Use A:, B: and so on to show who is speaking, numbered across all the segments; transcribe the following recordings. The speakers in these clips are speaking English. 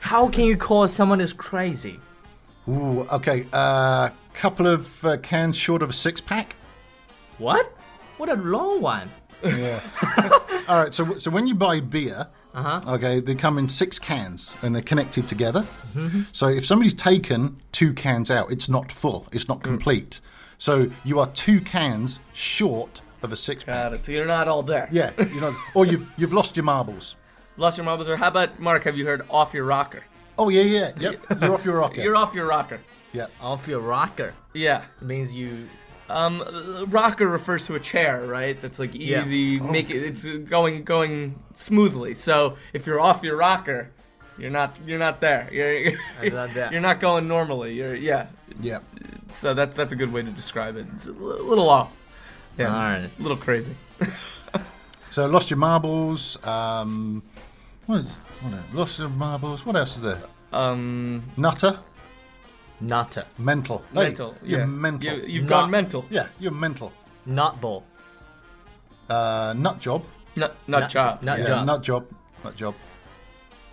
A: How can you call someone is crazy?
B: Ooh, okay. A uh, couple of uh, cans short of a six pack.
A: What? What a long one.
B: Yeah. All right. So so when you buy beer,
C: Uh-huh.
B: okay, they come in six cans and they're connected together.
C: Mm-hmm.
B: So if somebody's taken two cans out, it's not full. It's
C: Mm.
B: not complete. So you are two cans short of a six pack.
C: Got it. So you're not all there.
B: Yeah. You know, or you've you've lost your marbles.
C: Lost your marbles, or how about Mark? Have you heard off your rocker?
B: Oh yeah, yeah, yep. You're off your rocker.
C: You're off your rocker.
B: Yeah.
A: Off your rocker
C: Yeah.
A: means you.
C: Um, uh, rocker refers to a chair, right? That's like
A: Yeah.
C: easy, make it, it's going going smoothly. So if you're off your rocker, you're not you're not there. You're
A: I'm not there.
C: you're not going normally. You're yeah.
B: Yeah.
C: So that's that's a good way to describe it. It's a li- little off. Yeah.
A: Alright.
C: A little crazy.
B: So lost your marbles. Um, what is what else? lost your marbles? What else is there?
C: Um,
B: Nutter,
A: Nutter.
B: mental, Hey,
C: mental.
B: You're
C: yeah.
B: mental.
C: You, you've
A: Not-
C: gone mental.
B: yeah, you're mental.
A: Nutball.
B: Uh, nut job.
C: Nut, nut
A: Nut-
C: job.
A: nut-
B: yeah,
A: job.
B: nut job. Nut job.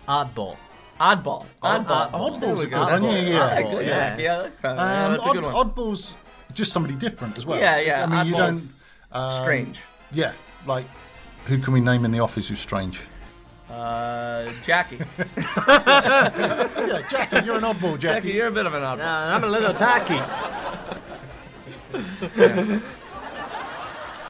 A: Oddball.
C: Oddball.
B: Odd-
C: Oddball.
B: oddball's
C: Ah, There we
B: a
C: go.
B: good one.
C: Oddball.
B: Yeah, yeah,
C: Alright,
A: yeah.
C: good,
A: Yeah.
C: Jack. Yeah, I like that. Yeah,
B: Um,
C: that's a good one.
B: odd- Oddballs, just somebody different as well.
C: Yeah, yeah,
B: I mean, you
C: oddballs.
B: don't. Um,
C: Strange.
B: Yeah, like who can we name in the office who's strange?
C: Uh, Jackie.
B: Yeah, Jackie, you're an oddball,
C: Jackie,
B: Jackie.
C: you're a bit of an oddball.
A: Uh, I'm a little tacky.